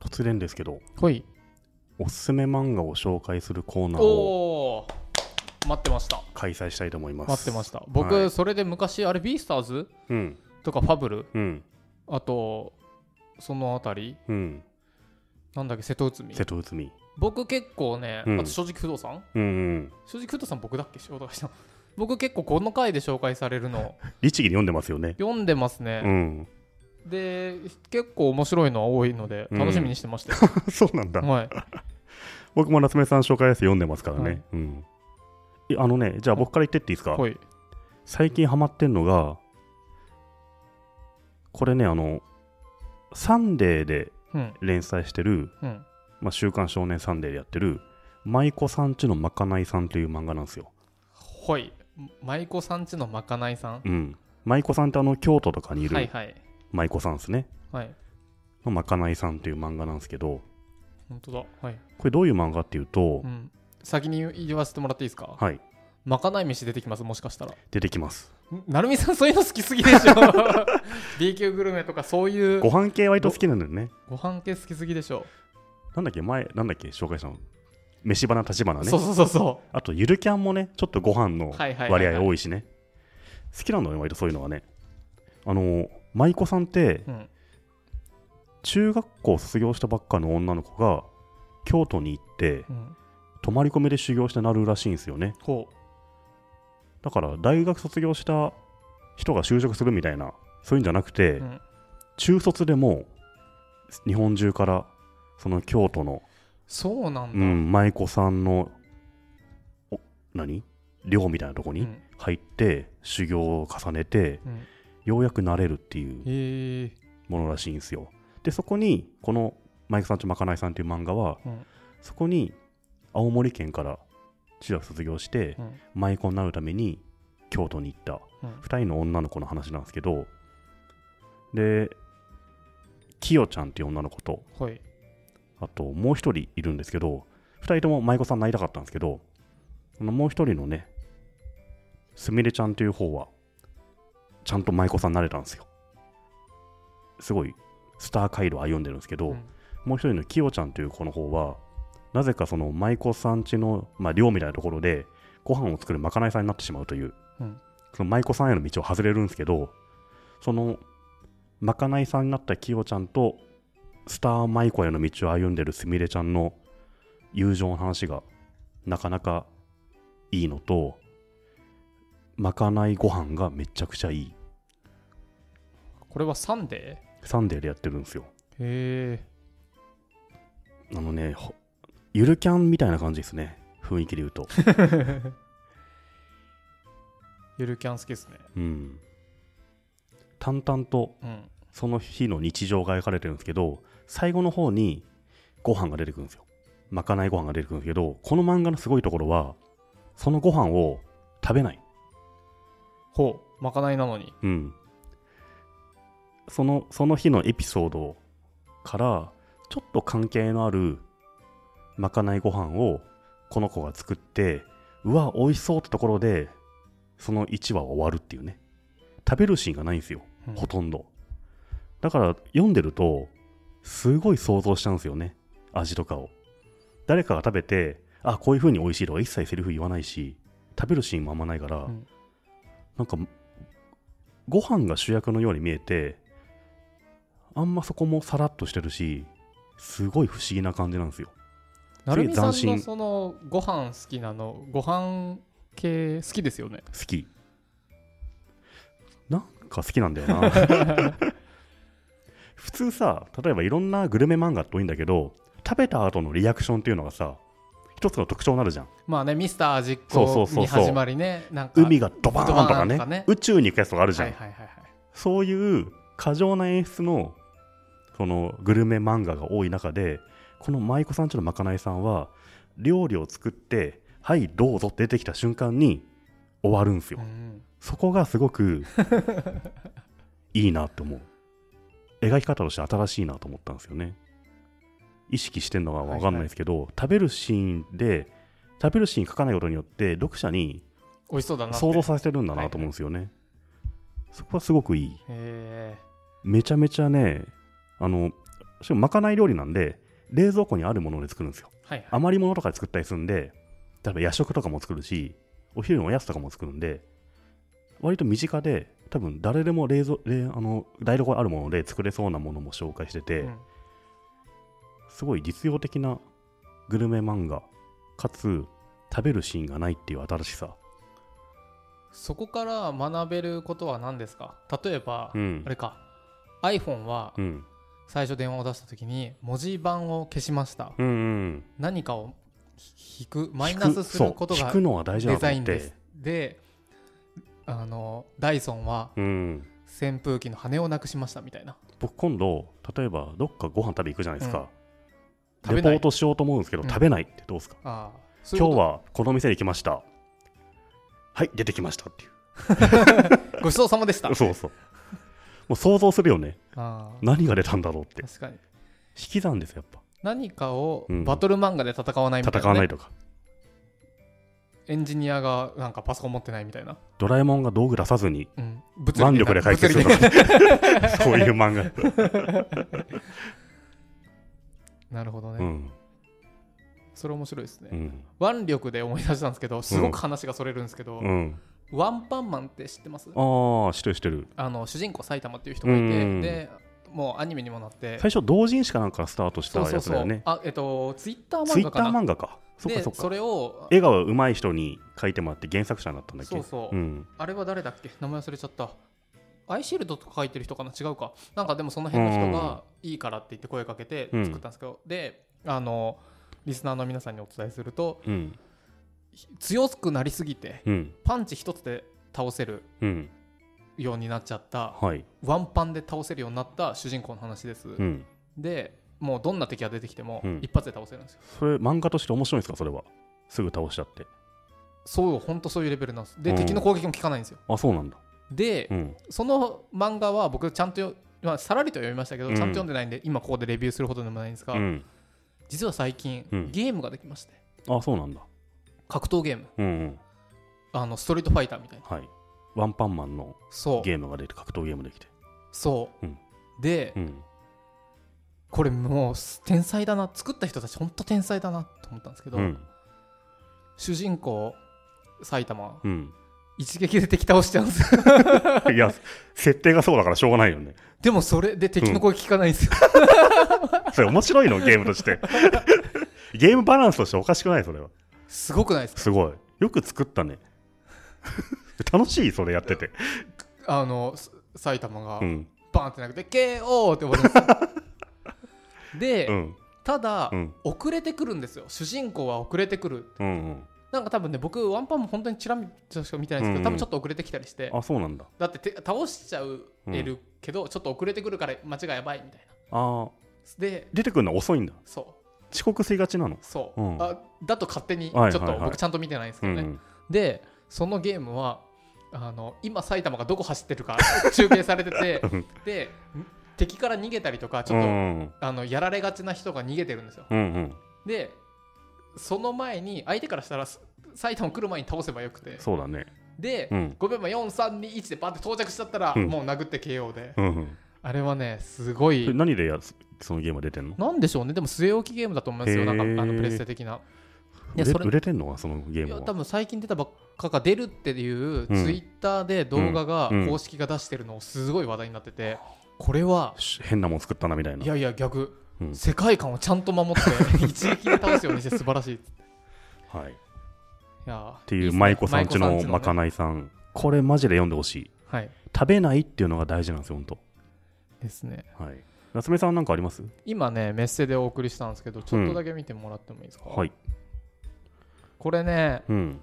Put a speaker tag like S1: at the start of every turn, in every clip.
S1: 突然ですけど
S2: ほい
S1: おすすめ漫画を紹介するコーナーを
S2: おお待ってました
S1: 開催したいと思います
S2: 待ってました僕、
S1: はい
S2: それで昔あれビースターズ
S1: うん
S2: とかファブル
S1: うん
S2: あとそのあたり
S1: うん
S2: なんだっけ瀬戸内海
S1: 瀬戸内海
S2: 僕結構ね、
S1: うん
S2: あと正直不動産
S1: うんうん
S2: 正直不動産僕だっけ仕事がした 僕結構この回で紹介され るの
S1: 律儀に読んでますよね
S2: 読んでます
S1: う
S2: ね、
S1: ん
S2: で結構面白いのは多いので
S1: うん
S2: 楽しみにしてましたよ、
S1: そうなんだ
S2: はい
S1: 僕も夏目さん紹介やつ読んでますからね、
S2: はい
S1: うんいあのねじゃあ僕から言ってっていいですか
S2: ほい
S1: 最近ハマってんのがこれねあのサンデーで
S2: うん
S1: 連載してる
S2: うん
S1: 「まあ、週刊少年サンデー」でやってる「舞妓さんちのまかないさん」という漫画なんですよ。
S2: ほい舞妓さんちのまかないさん
S1: うん、舞妓さんってあの京都とかにい
S2: はい
S1: る
S2: はい
S1: 舞妓さんですね、
S2: はい
S1: のまかないさんという漫画なんですけど
S2: 本当だはい、
S1: これどういう漫画っていうと、
S2: うん、先に言わせてもらっていいですか、
S1: はい
S2: まかない飯出てきますもしかしたら
S1: 出てきます
S2: んなるみさんそういうの好きすぎでしょ B 級グルメとかそういう
S1: ご飯系割と好きなんだよね
S2: ご飯系好きすぎでしょ、
S1: なんだっけ前なんだっけ紹介したの飯花立花ね
S2: そうそうそうそ
S1: あとゆるキャンもねちょっとご飯の
S2: はいはいはい
S1: 割
S2: はい
S1: 合多いしね好きなんだね割とそういうのはねあの舞妓さんって
S2: う、うん、
S1: 中学校卒業したばっかの女の子が京都に行って
S2: うん、
S1: 泊まり込みで修行してなるらしいんですよね
S2: ほ
S1: だから大学卒業した人が就職するみたいなそういうんじゃなくて、
S2: うん
S1: 中卒でも日本中からその京都の、
S2: うそうなん
S1: う
S2: だ、
S1: ん、舞妓さんのお何寮みたいなとこ
S2: う
S1: に
S2: ん
S1: 入って修行を重ねて
S2: うん
S1: ようやくなれるっていう
S2: へえ
S1: ものらしいんですよでそこにこの「マイクさんとまかないさん」っていう漫画は、
S2: うん
S1: そこに青森県から中学卒業して
S2: うん
S1: 舞妓になるために京都に行った
S2: うん
S1: 2人の女の子の話なんですけどできよちゃんっていう女の子と
S2: ほい
S1: あともう1人いるんですけど2人とも舞妓さんになりたかったんですけどあのもう1人のねすみれちゃんという方はちゃんと舞妓さんになれたんですよすごいスター街道を歩んでるんですけど、
S2: うん
S1: もう一人のキヨちゃんという子の方は、なぜかその舞妓さん家の、まあ、寮みたいなところで、ご飯を作るまかないさんになってしまうという、
S2: うん
S1: その舞妓さんへの道を外れるんですけど、そのまかないさんになったキヨちゃんと、スター舞妓への道を歩んでるすみれちゃんの友情の話がなかなかいいのと、まかないご飯がめちゃくちゃいい。
S2: これはサンデ
S1: サンデーでやってるんですよ。
S2: ーへえ
S1: あのね、ほゆるキャンみたいな感じですね。雰囲気で言うと。
S2: ゆるキャン好きですね
S1: うん、淡々と
S2: うん
S1: その日の日常が描かれてるんですけど最後の方にご飯が出てくるんですよまかないご飯が出てくるんですけどこの漫画のすごいところはそのご飯を食べない、
S2: ほうまかないなのに
S1: うん、そのその日のエピソードからちょっと関係のあるまかないご飯をこの子が作ってうわ美味しそうってところでその1話は終わるっていうね食べるシーンがないんですよ
S2: うん
S1: ほとんど。だから読んでると、すごい想像しちゃうんですよね。味とかを。誰かが食べて、あ、こういう風に美味しいとか一切セリフ言わないし、食べるシーンもあんまないから、
S2: うん
S1: なんか、ご飯が主役のように見えて、あんまそこもさらっとしてるし、すごい不思議な感じなんですよ。
S2: なるみさん
S1: 次斬
S2: の
S1: 新
S2: そのご飯好きなのご飯系好きですよね
S1: 好き。なんか好きなんだよ な。普通さ、例えばいろんなグルメ漫画って多いんだけど、食べた後のリアクションっていうのがさ、一つの特徴になるじゃん。
S2: まあねミスター実
S1: そ
S2: 行
S1: うそうそう
S2: に
S1: そう
S2: 始まりねなんか
S1: 海がドバーンとかね、
S2: ドバーンとかね
S1: 宇宙に行くやつとかあるじゃ
S2: は
S1: ん。
S2: いはいはいはい
S1: そういう過剰な演出の、そのグルメ漫画が多い中で、この舞妓さんちのまかないさんは、料理を作って、はい、どうぞって出てきた瞬間に終わるんです よ
S2: う。ん
S1: そこがすごくいいなと思う。描き方として新しいなと思ったんですよね。意識してるのかわかんないですけど、食べるシーンで、食べるシーン書かないことによって、読者に
S2: 美味しそうだなって
S1: 想像させてるんだなと思うんですよね。そこはすごくいい。
S2: へえ
S1: めちゃめちゃね、あの、しかもまかない料理なんで、冷蔵庫にあるもので作るんですよ
S2: はいはい。
S1: 余り物とかで作ったりするんで例えば夜食とかも作るしお昼のおやつとかも作るんで割と身近で多分誰でも冷蔵冷あの台所あるもので作れそうなものも紹介してて、
S2: うん
S1: すごい実用的なグルメ漫画かつ食べるシーンがないっていう新しさ、
S2: そこから学べることは何ですか例えば、
S1: うん
S2: あれか iPhone は
S1: うん、
S2: 最初電話を出した時に文字盤を消しました、
S1: うんうん
S2: 何かをひ引くマイナスすること
S1: そう
S2: が
S1: 引くのは大事だ
S2: デ
S1: なと
S2: ザイ
S1: 思っ
S2: ン
S1: て
S2: ですであのダイソンは
S1: うん、
S2: 扇風機の羽をなくしましたみたいな
S1: 僕今度例えばどっかご飯食べ行くじゃないですか、
S2: 食べ
S1: レ
S2: な
S1: ポ
S2: い
S1: ートしようと思うんですけど、
S2: うん
S1: 食べないってどうですか
S2: ああそういう
S1: 今
S2: こ
S1: 日
S2: と
S1: はこの店に来ましたはい出てきましたっていう
S2: ごちそうさまでした
S1: そうそうもう想像するよね
S2: ああ
S1: 何が出たんだろうって
S2: 確かに
S1: 引き算ですよやっ
S2: 何かを
S1: うん
S2: バトル漫画で戦わないみ
S1: ぱ
S2: たい
S1: 戦
S2: な、
S1: わ
S2: ね
S1: ないとか、
S2: エンジニアがなんかパソコン持ってないみたいな、
S1: ドラえもんが道具出さずに
S2: うん、物
S1: 腕力で解決すると
S2: 物理
S1: か、 そういう 漫画、
S2: 的なるほどね、
S1: うん
S2: それ面白いですね、
S1: うん
S2: 腕力で思い出したんですけどすごく話がそれるんですけど、
S1: うん、
S2: ワンパンマンって知ってます
S1: ああしてるしてる
S2: あの主人公埼玉っていう人がいて、
S1: うん
S2: でもうアニメにもなって
S1: 最初同人誌かなんかスタートした
S2: そうそ
S1: や
S2: う
S1: つ
S2: そ
S1: だ
S2: う、
S1: よね
S2: あえっとツイッター
S1: ツイ
S2: 漫
S1: ッ
S2: 画
S1: ター
S2: かな
S1: 漫画かそっか
S2: で
S1: そ
S2: そ
S1: っか
S2: れを
S1: 絵が上手い人に書いてもらって原作者になったんだっけ
S2: そうそう、
S1: ん、
S2: あれは誰だっけ名前忘れちゃったアイシールドとか書いてる人かな違うかなんかでもその辺の人がいいからって言って声かけて
S1: うん
S2: 作ったんですけど、であのリスナーの皆さんにお伝えすると
S1: うん
S2: 強くなりすぎて
S1: うん
S2: パンチ一つで倒せる
S1: うん
S2: ようになっちゃった
S1: はい
S2: ワンパンで倒せるようになった主人公の話です、
S1: うん
S2: でもうどんな敵が出てきても
S1: うん
S2: 一発で倒せるんですよ、
S1: それ漫画として面白いんですかそれはすぐ倒しちゃって
S2: そう本当そういうレベルなんですで、
S1: うん
S2: 敵の攻撃も効かないんですよ
S1: あそうなんだ
S2: で、
S1: うん
S2: その漫画は僕ちゃんとよ、まあ、さらりとは読みましたけど、
S1: うん
S2: ちゃんと読んでないんで今ここでレビューするほどでもないんですが、
S1: うん
S2: 実は最近、
S1: うん
S2: ゲームができまして
S1: あそうなんだ
S2: 格闘ゲーム
S1: うんうん
S2: あのストリートファイターみたいな
S1: はいワンパンマンの
S2: そう
S1: ゲームが出て格闘ゲームできて
S2: そう、
S1: うん
S2: で、
S1: うん
S2: これもう天才だな作った人たち本当天才だなと思ったんですけど、
S1: うん
S2: 主人公埼玉
S1: うん
S2: 一撃で敵倒しちゃうんですよ
S1: いや設定がそうだからしょうがないよね
S2: でもそれで敵の攻撃効かないんですよ、
S1: それ面白いのゲームとしてゲームバランスとしておかしくないそれは
S2: すごくないですか
S1: すごいよく作った ね楽しいそれやってて
S2: あのす埼玉が
S1: うん
S2: バーンってなくて KO って終わるんで すよで、
S1: うん
S2: ただ、
S1: うん
S2: 遅れてくるんですよ主人公は遅れてくる
S1: うん
S2: なんか多分ね僕ワンパンも本当にチラ見としか見てないんですけど、
S1: うんうん
S2: 多分ちょっと遅れてきたりして
S1: うんあそうなんだ
S2: だってて倒しちゃうえるけど、ちょっと遅れてくるから間違いやばいみたいな
S1: ああ
S2: で
S1: 出てくるのは遅いんだ
S2: そ
S1: 遅刻しがちなの
S2: うそう、
S1: うん
S2: あだと勝手にちょ
S1: はいはいは
S2: っ
S1: い
S2: と僕ちゃんと見てないんですけ
S1: う
S2: ど
S1: ん
S2: ね、
S1: うん
S2: でそのゲームはあの今埼玉がどこ走ってるか中継されてて でん敵から逃げたりとかち
S1: う
S2: ょ
S1: ん
S2: っと、
S1: うん
S2: あのやられがちな人が逃げてるんですよ
S1: うんうん
S2: でその前に相手からしたらす埼玉来る前に倒せばよくて
S1: そうだね
S2: で、
S1: うん
S2: 5秒前4321でバーって到着しちゃったら、
S1: うん
S2: もう殴って KO で
S1: うんうん
S2: あれはねすご
S1: それ
S2: い
S1: 何でやそのゲームは出てんの
S2: なんでしょうねでも据え置きゲームだと思いますよ
S1: へ
S2: な
S1: ー
S2: んかあのプレステ的な
S1: 売
S2: で
S1: れ
S2: それ
S1: 売れてんのかそのゲー
S2: い
S1: ム
S2: や
S1: は
S2: 多分最近出たばっかが出るっていうツ
S1: うん
S2: イッターで動画が
S1: うん
S2: 公式が出してるのをすごい話題になっててこれは
S1: し変なもん作ったなみたいない
S2: やいや逆
S1: うん
S2: 世界観をちゃんと守って 一撃で倒すようにして素晴らしいい
S1: はい、っ
S2: やって
S1: いう舞妓さんちのま
S2: ま
S1: かないさんこれマジで読んでほしい
S2: はい
S1: 食べないっていうのが大事なんですよ本
S2: ですね
S1: 当はい夏目さんなんかあります
S2: 今ねメッセでお送りしたんですけどちょっとだけ見てもらってもいいですか、
S1: はい
S2: これね
S1: うん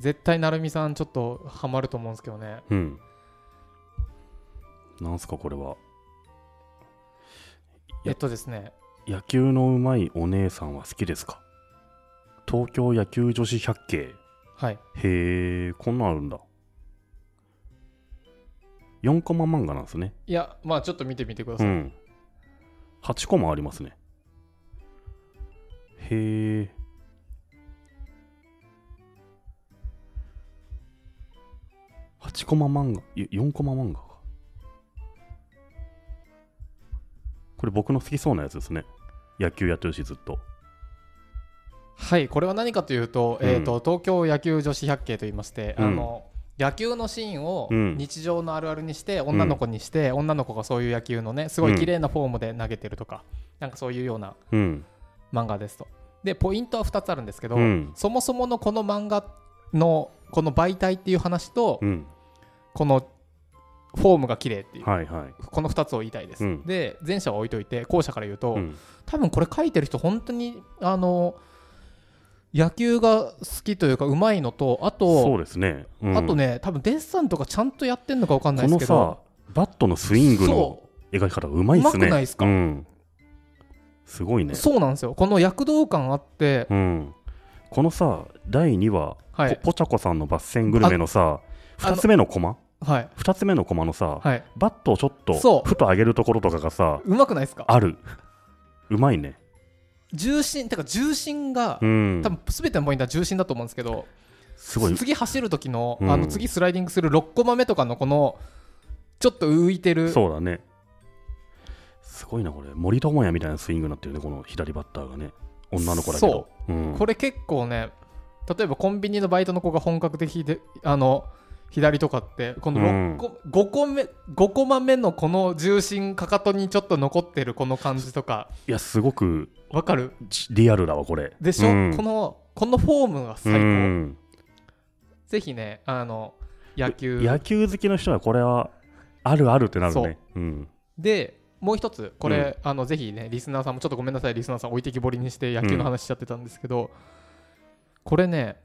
S2: 絶対なるみさんちょっとハマると思うんですけどね
S1: うんなんすかこれはい
S2: え
S1: や
S2: っとですね
S1: 野球のうまいお姉さんは好きですか東京野球女子百景
S2: はい
S1: へえこんなんあるんだ4コマ漫画なんですね
S2: いやまあちょっと見てみてくだ
S1: う
S2: さい、
S1: ん8コマありますねへえ8コマ漫画いや4コマ漫画かこれ僕の好きそうなやつですね野球やってるしずっと
S2: はいこれは何かというと,、
S1: うん
S2: えー、と東京野球女子百景といいまして、
S1: うん
S2: あの野球のシーンを
S1: うん
S2: 日常のあるあるにして、女の子にして女の子がそういう野球のねすごい綺麗なフォームで投げてるとか、なんかそういうような
S1: うん
S2: 漫画ですと。でポイントは2つあるんですけど、
S1: うん
S2: そもそものこの漫画のこの媒体っていう話と、
S1: うん
S2: このフォームが綺麗っていう、
S1: はいはい
S2: この2つを言いたいです。
S1: うん
S2: で前者は置いといて後者から言うと、
S1: うん
S2: 多分これ書いてる人本当にあの野球が好きというかうまいのとあ
S1: そう
S2: と、
S1: ですね、うん
S2: あとね多分デッサンとかちゃんとやってんのか分かんない
S1: こ
S2: です
S1: の
S2: け
S1: さ
S2: ど
S1: バットのスイングの
S2: そ
S1: 描き方うまいっす
S2: う
S1: ね
S2: まくないっすか
S1: うん、すごいうね
S2: そうなんですよこの躍動感あって、
S1: うん、このさ第2話、
S2: はい
S1: ポポチャコさんの抜線グルメのさ
S2: あ
S1: 2つ目のコマ
S2: はい
S1: 2つ目のコマのさ、
S2: はい
S1: バットをちょっと
S2: そう
S1: ふと上げるところとかがさ
S2: うまくないですか
S1: あるうまいね
S2: 重心てか重心が、
S1: うん
S2: 多分全てのポイントは重心だと思うんですけど
S1: すごい
S2: 次走る時の,、
S1: うん
S2: あの次スライディングする6コマ目とかのこのちょっと浮いてる
S1: そうだねすごいなこれ森友哉みたいなスイングになってるねこの左バッターがね女の子だけどう、ん、
S2: これ結構ね例えばコンビニのバイトの子が本格的であの左とかってこの6個、5個目5コマ目のこの重心かかとにちょっと残ってるこの感じとか
S1: いやすごく
S2: わかる
S1: ちリアルだわこれ
S2: でしょ、
S1: うん
S2: このこのフォームが最高、
S1: うん
S2: ぜひねあの野球
S1: 野球好きの人はこれはあるあるってなるねうん
S2: でもう一つこれ、あのぜひねリスナーさんもちょっとごめんなさいリスナーさん置いてきぼりにして野球の話しちゃってたんですけど、これね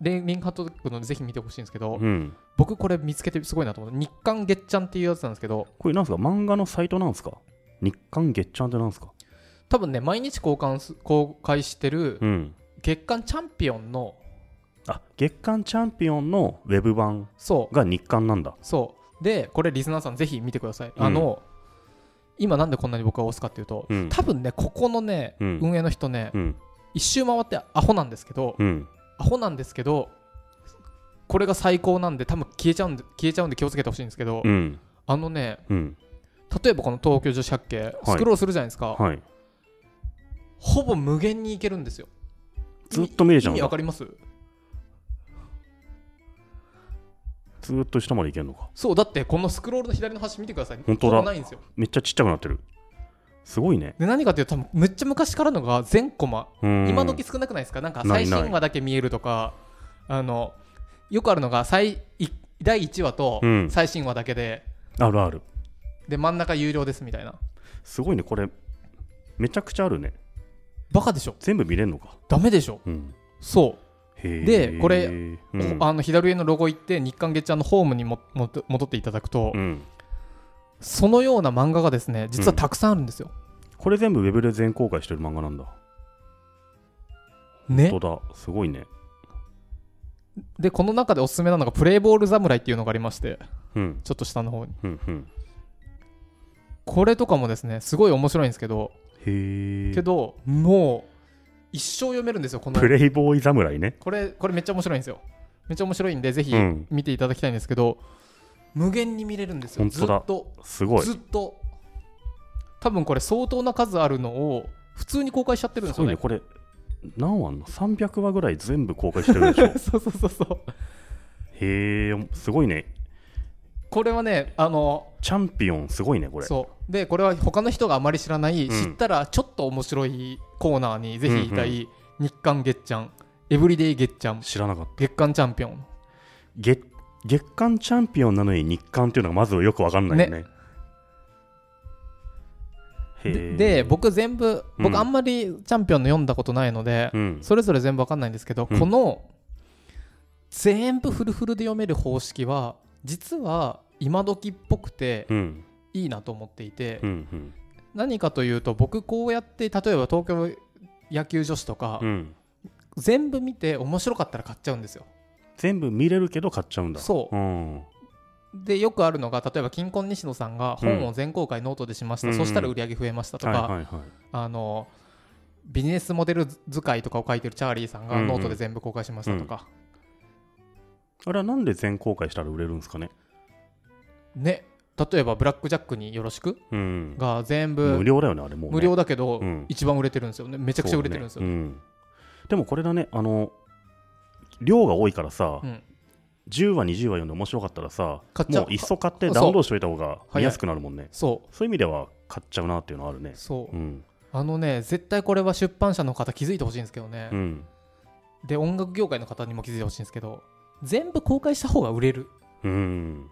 S2: レリンハットドッグのぜひ見てほしいんですけど、
S1: うん
S2: 僕これ見つけてすごいなと思って日刊月ちゃんっていうやつなんですけど
S1: これなんすか漫画のサイトなんすか日刊月ちゃんってなんすか
S2: 多分ね毎日交換す公開してる
S1: うん
S2: 月刊チャンピオンの
S1: あ月刊チャンピオンのウェブ版
S2: そう
S1: が日刊なんだ
S2: そうでこれリスナーさんぜひ見てください、
S1: うん
S2: あの今なんでこんなに僕が押すかっていうと、
S1: うん
S2: 多分ねここのね、
S1: うん
S2: 運営の人ね、
S1: うん
S2: 一周回ってアホなんですけど、
S1: うん
S2: アホなんですけどこれが最高なんで多分消えちゃうんで消えちゃうんで気をつけてほしいんですけど、
S1: うん
S2: あのね
S1: うん
S2: 例えばこの東京女子百景スクロールするじゃないですか、
S1: はい
S2: ほぼ無限にいけるんですよ
S1: ずっと見れちゃうん
S2: 意味わ
S1: だ
S2: かります
S1: ずーっと下までいけるのか
S2: そうだってこのスクロールの左の端見てください
S1: 本当だ
S2: ほぼないんですよ
S1: めっちゃちっちゃくなってるすごいね
S2: で何かというと多分むっちゃ昔からのが全コマ
S1: うん
S2: 今時少なくないですかなんか
S1: ない
S2: 最新話だけ見えるとかあのよくあるのが最い第1話と
S1: うん
S2: 最新話だけで、
S1: あるある
S2: で真ん中有料ですみたいな
S1: すごいねこれめちゃくちゃあるね
S2: バカでしょ
S1: 全部見れるのか
S2: ダメでしょ
S1: うん
S2: そ
S1: へー
S2: でこれ
S1: うん
S2: う、あの左上のロゴ行って日刊月ちゃんのホームにももと戻っていただくと、
S1: うん
S2: そのような漫画がですね実はたくさんあるんですよ、
S1: これ全部ウェブで全公開してる漫画なんだ
S2: ね
S1: 本当だすごいね
S2: でこの中でおすすめなのがプレイボール侍っていうのがありまして
S1: うん
S2: ちょっと下の方に
S1: うんうん
S2: これとかもですねすごい面白いんですけど
S1: へ
S2: け
S1: え
S2: どもう一生読めるんですよこの
S1: プレイボーイ侍ね
S2: これこれめっちゃ面白いんですよめっちゃ面白いんでぜひ
S1: うん
S2: 見ていただきたいんですけど、無限に見れるんですよ
S1: 本当だ
S2: ずっと
S1: すごい
S2: ずっと多分これ相当な数あるのを普通に公開しちゃってるんです
S1: すご
S2: よ
S1: い
S2: ね
S1: ねこれ何話あんの300話ぐらい全部公開してるでし ょ
S2: そうそうそうそう
S1: へえすごいね
S2: これはねあの
S1: チャンピオンすごいねこれ
S2: そうでこれは他の人があまり知らない、
S1: うん
S2: 知ったらちょっと面白いコーナーにぜひいたい、日刊月ちゃんエブリデイ月ちゃん
S1: 知らなかった
S2: 月間チャンピオン
S1: 月月間チャンピオンなのに日刊っていうのがまずよくわかんないよねへ
S2: で
S1: ー
S2: で僕全部
S1: うん
S2: 僕あんまりチャンピオンの読んだことないので、
S1: うん
S2: それぞれ全部わかんないんですけど、
S1: うん
S2: この全部フルフルで読める方式は実は今時っぽくて
S1: うん
S2: いいなと思っていて、
S1: うんうん
S2: 何かというと僕こうやって例えば東京野球女子とか、
S1: うん
S2: 全部見て面白かったら買っちゃうんですよ
S1: 全部見れるけど買っちゃうんだ、
S2: そう
S1: ん、
S2: でよくあるのが例えば金婚西野さんが本を全公開ノートでしました、
S1: うん
S2: そしたら売り上げ増えましたとか、
S1: はいはいはい
S2: あのビジネスモデル使いとかを書いてるチャーリーさんが
S1: うんうん
S2: ノートで全部公開しましたとか、
S1: あれはなんで全公開したら売れるんですかね
S2: ね例えば「ブラック・ジャックによろしく
S1: うん」、
S2: が全
S1: 無
S2: 部
S1: 料だよねあれもうね
S2: 無料だけど
S1: うん
S2: 一番売れてるんですよねめちゃくちゃ売れてるんですよ、
S1: そうだねうんでもこれだねあの量が多いからさ、
S2: うん
S1: 10話20話読んで面白かったらさ
S2: 買っちゃ
S1: も
S2: う
S1: ういっそ買って
S2: そう
S1: ダウンロードしておいた方が
S2: 早い
S1: 見やすくなるもんね
S2: そ
S1: そういう意味では買っちゃうなっていうのはあるね
S2: うそう、
S1: うん
S2: あのね絶対これは出版社の方気づいてほしいんですけどね
S1: う、ん
S2: で音楽業界の方にも気づいてほしいんですけど全部公開した方が売れる
S1: うん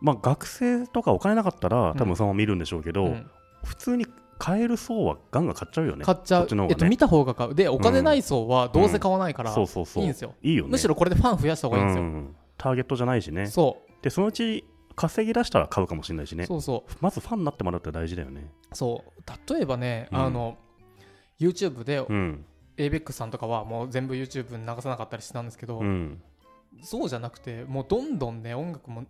S1: まあ学生とかお金なかったら
S2: ん
S1: 多分そのまま見るんでしょうけど、
S2: うん
S1: 普通に買える層はガンガン買っちゃうよね
S2: 買っちゃ、
S1: そうっちの方
S2: え
S1: が
S2: っと、
S1: ね
S2: 見た方が買うでお金ない層はどうせ買わないから、
S1: そうそうそうい
S2: いいんですよ
S1: いよね
S2: むしろこれでファン増やした方がいいんですよ、
S1: うんターゲットじゃないしね
S2: そ
S1: でそのうち稼ぎ出したら買うかもしれないし
S2: う
S1: ね
S2: そうそう
S1: まずファンになってもらうって大事だよね
S2: そう例えばね、
S1: うん
S2: あの YouTube で
S1: うん
S2: ABEX さんとかはもう全部 YouTube に流さなかったりしてたんですけど、
S1: うん
S2: そうじゃなくてもうどんどんね音楽も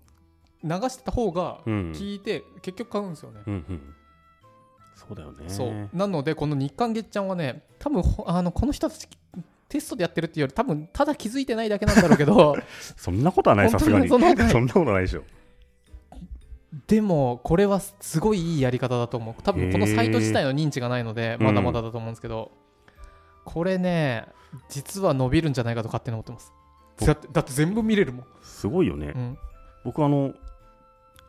S2: 流してた方が
S1: うん
S2: 聞いて、結局買うんですよね、
S1: うんうんそうだよね
S2: そうなのでこの日韓月ちゃんはね多分ほあのこの人たちテストでやってるっていうより多分ただ気づいてないだけなんだろうけど
S1: そんなことはないさすがに
S2: 本当にそんなことない
S1: そんなことないでしょ
S2: でもこれはすごいいいやり方だと思う多分このサイト自体の認知がないので
S1: うん
S2: まだまだだと思うんですけど、これね実は伸びるんじゃないかと勝手に思ってます
S1: お
S2: だってだって全部見れるもん、
S1: すごいよね
S2: うん、
S1: 僕あの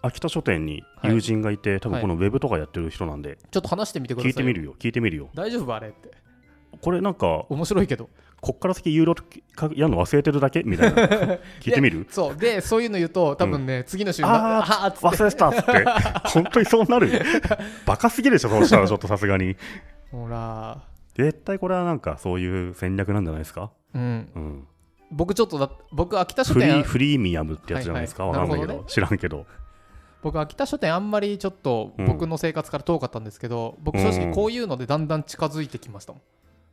S1: 秋田書店に友人がいて、多分このウェブとかやってる人なんで、
S2: ちょっと話してみてくださ
S1: 聞
S2: い
S1: いてみるよ聞いてみるよ
S2: 大丈夫あれって
S1: これなんか
S2: 面白いけど
S1: こっから先有料かやるの忘れてるだけみたい な聞いてみる
S2: そう でそういうの言うと多分ね、次の週に
S1: あ
S2: ああーっつっ
S1: 忘れてたっつって本当にそうなるよバカすぎでしょそうしたらちょっとさすがに
S2: てほら
S1: 絶対これはなんかそういう戦略なんじゃないですか、
S2: うん
S1: うん、
S2: 僕ちょっとだ僕秋田書
S1: フリー
S2: 店
S1: フリーミアムってやつじゃないですか、
S2: はいはい
S1: わかんないけ
S2: な
S1: ど
S2: るほ
S1: 知らんけど
S2: 僕秋田書店あんまりちょっと
S1: うん
S2: 僕の生活から遠かったんですけど、僕正直こういうのでだんだん近づいてきましたもん、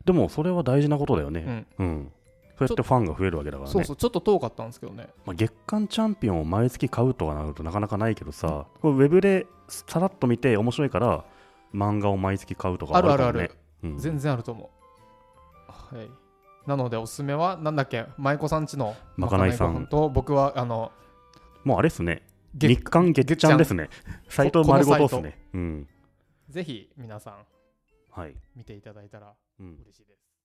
S1: でもそれは大事なことだよ
S2: う
S1: ね
S2: ん
S1: うん、そうやってファンが増えるわけだからね
S2: そうそうちょっと遠かったんですけどね
S1: まあ、月間チャンピオンを毎月買うとかなるとなかなかないけどさ、これウェブでさらっと見て面白いから漫画を毎月買うとか
S2: あるある
S1: か
S2: あ
S1: もね
S2: る、
S1: うん
S2: 全然あると思うはいなのでおすすめはなんだっけ舞妓さんちの
S1: まかないさん
S2: まかと僕はあの
S1: もうあれですね
S2: 月
S1: 日刊月ちゃんですねサイト丸ごとですねうん
S2: ぜひ皆さん
S1: はい、
S2: 見ていただいたら
S1: うん
S2: 嬉しいです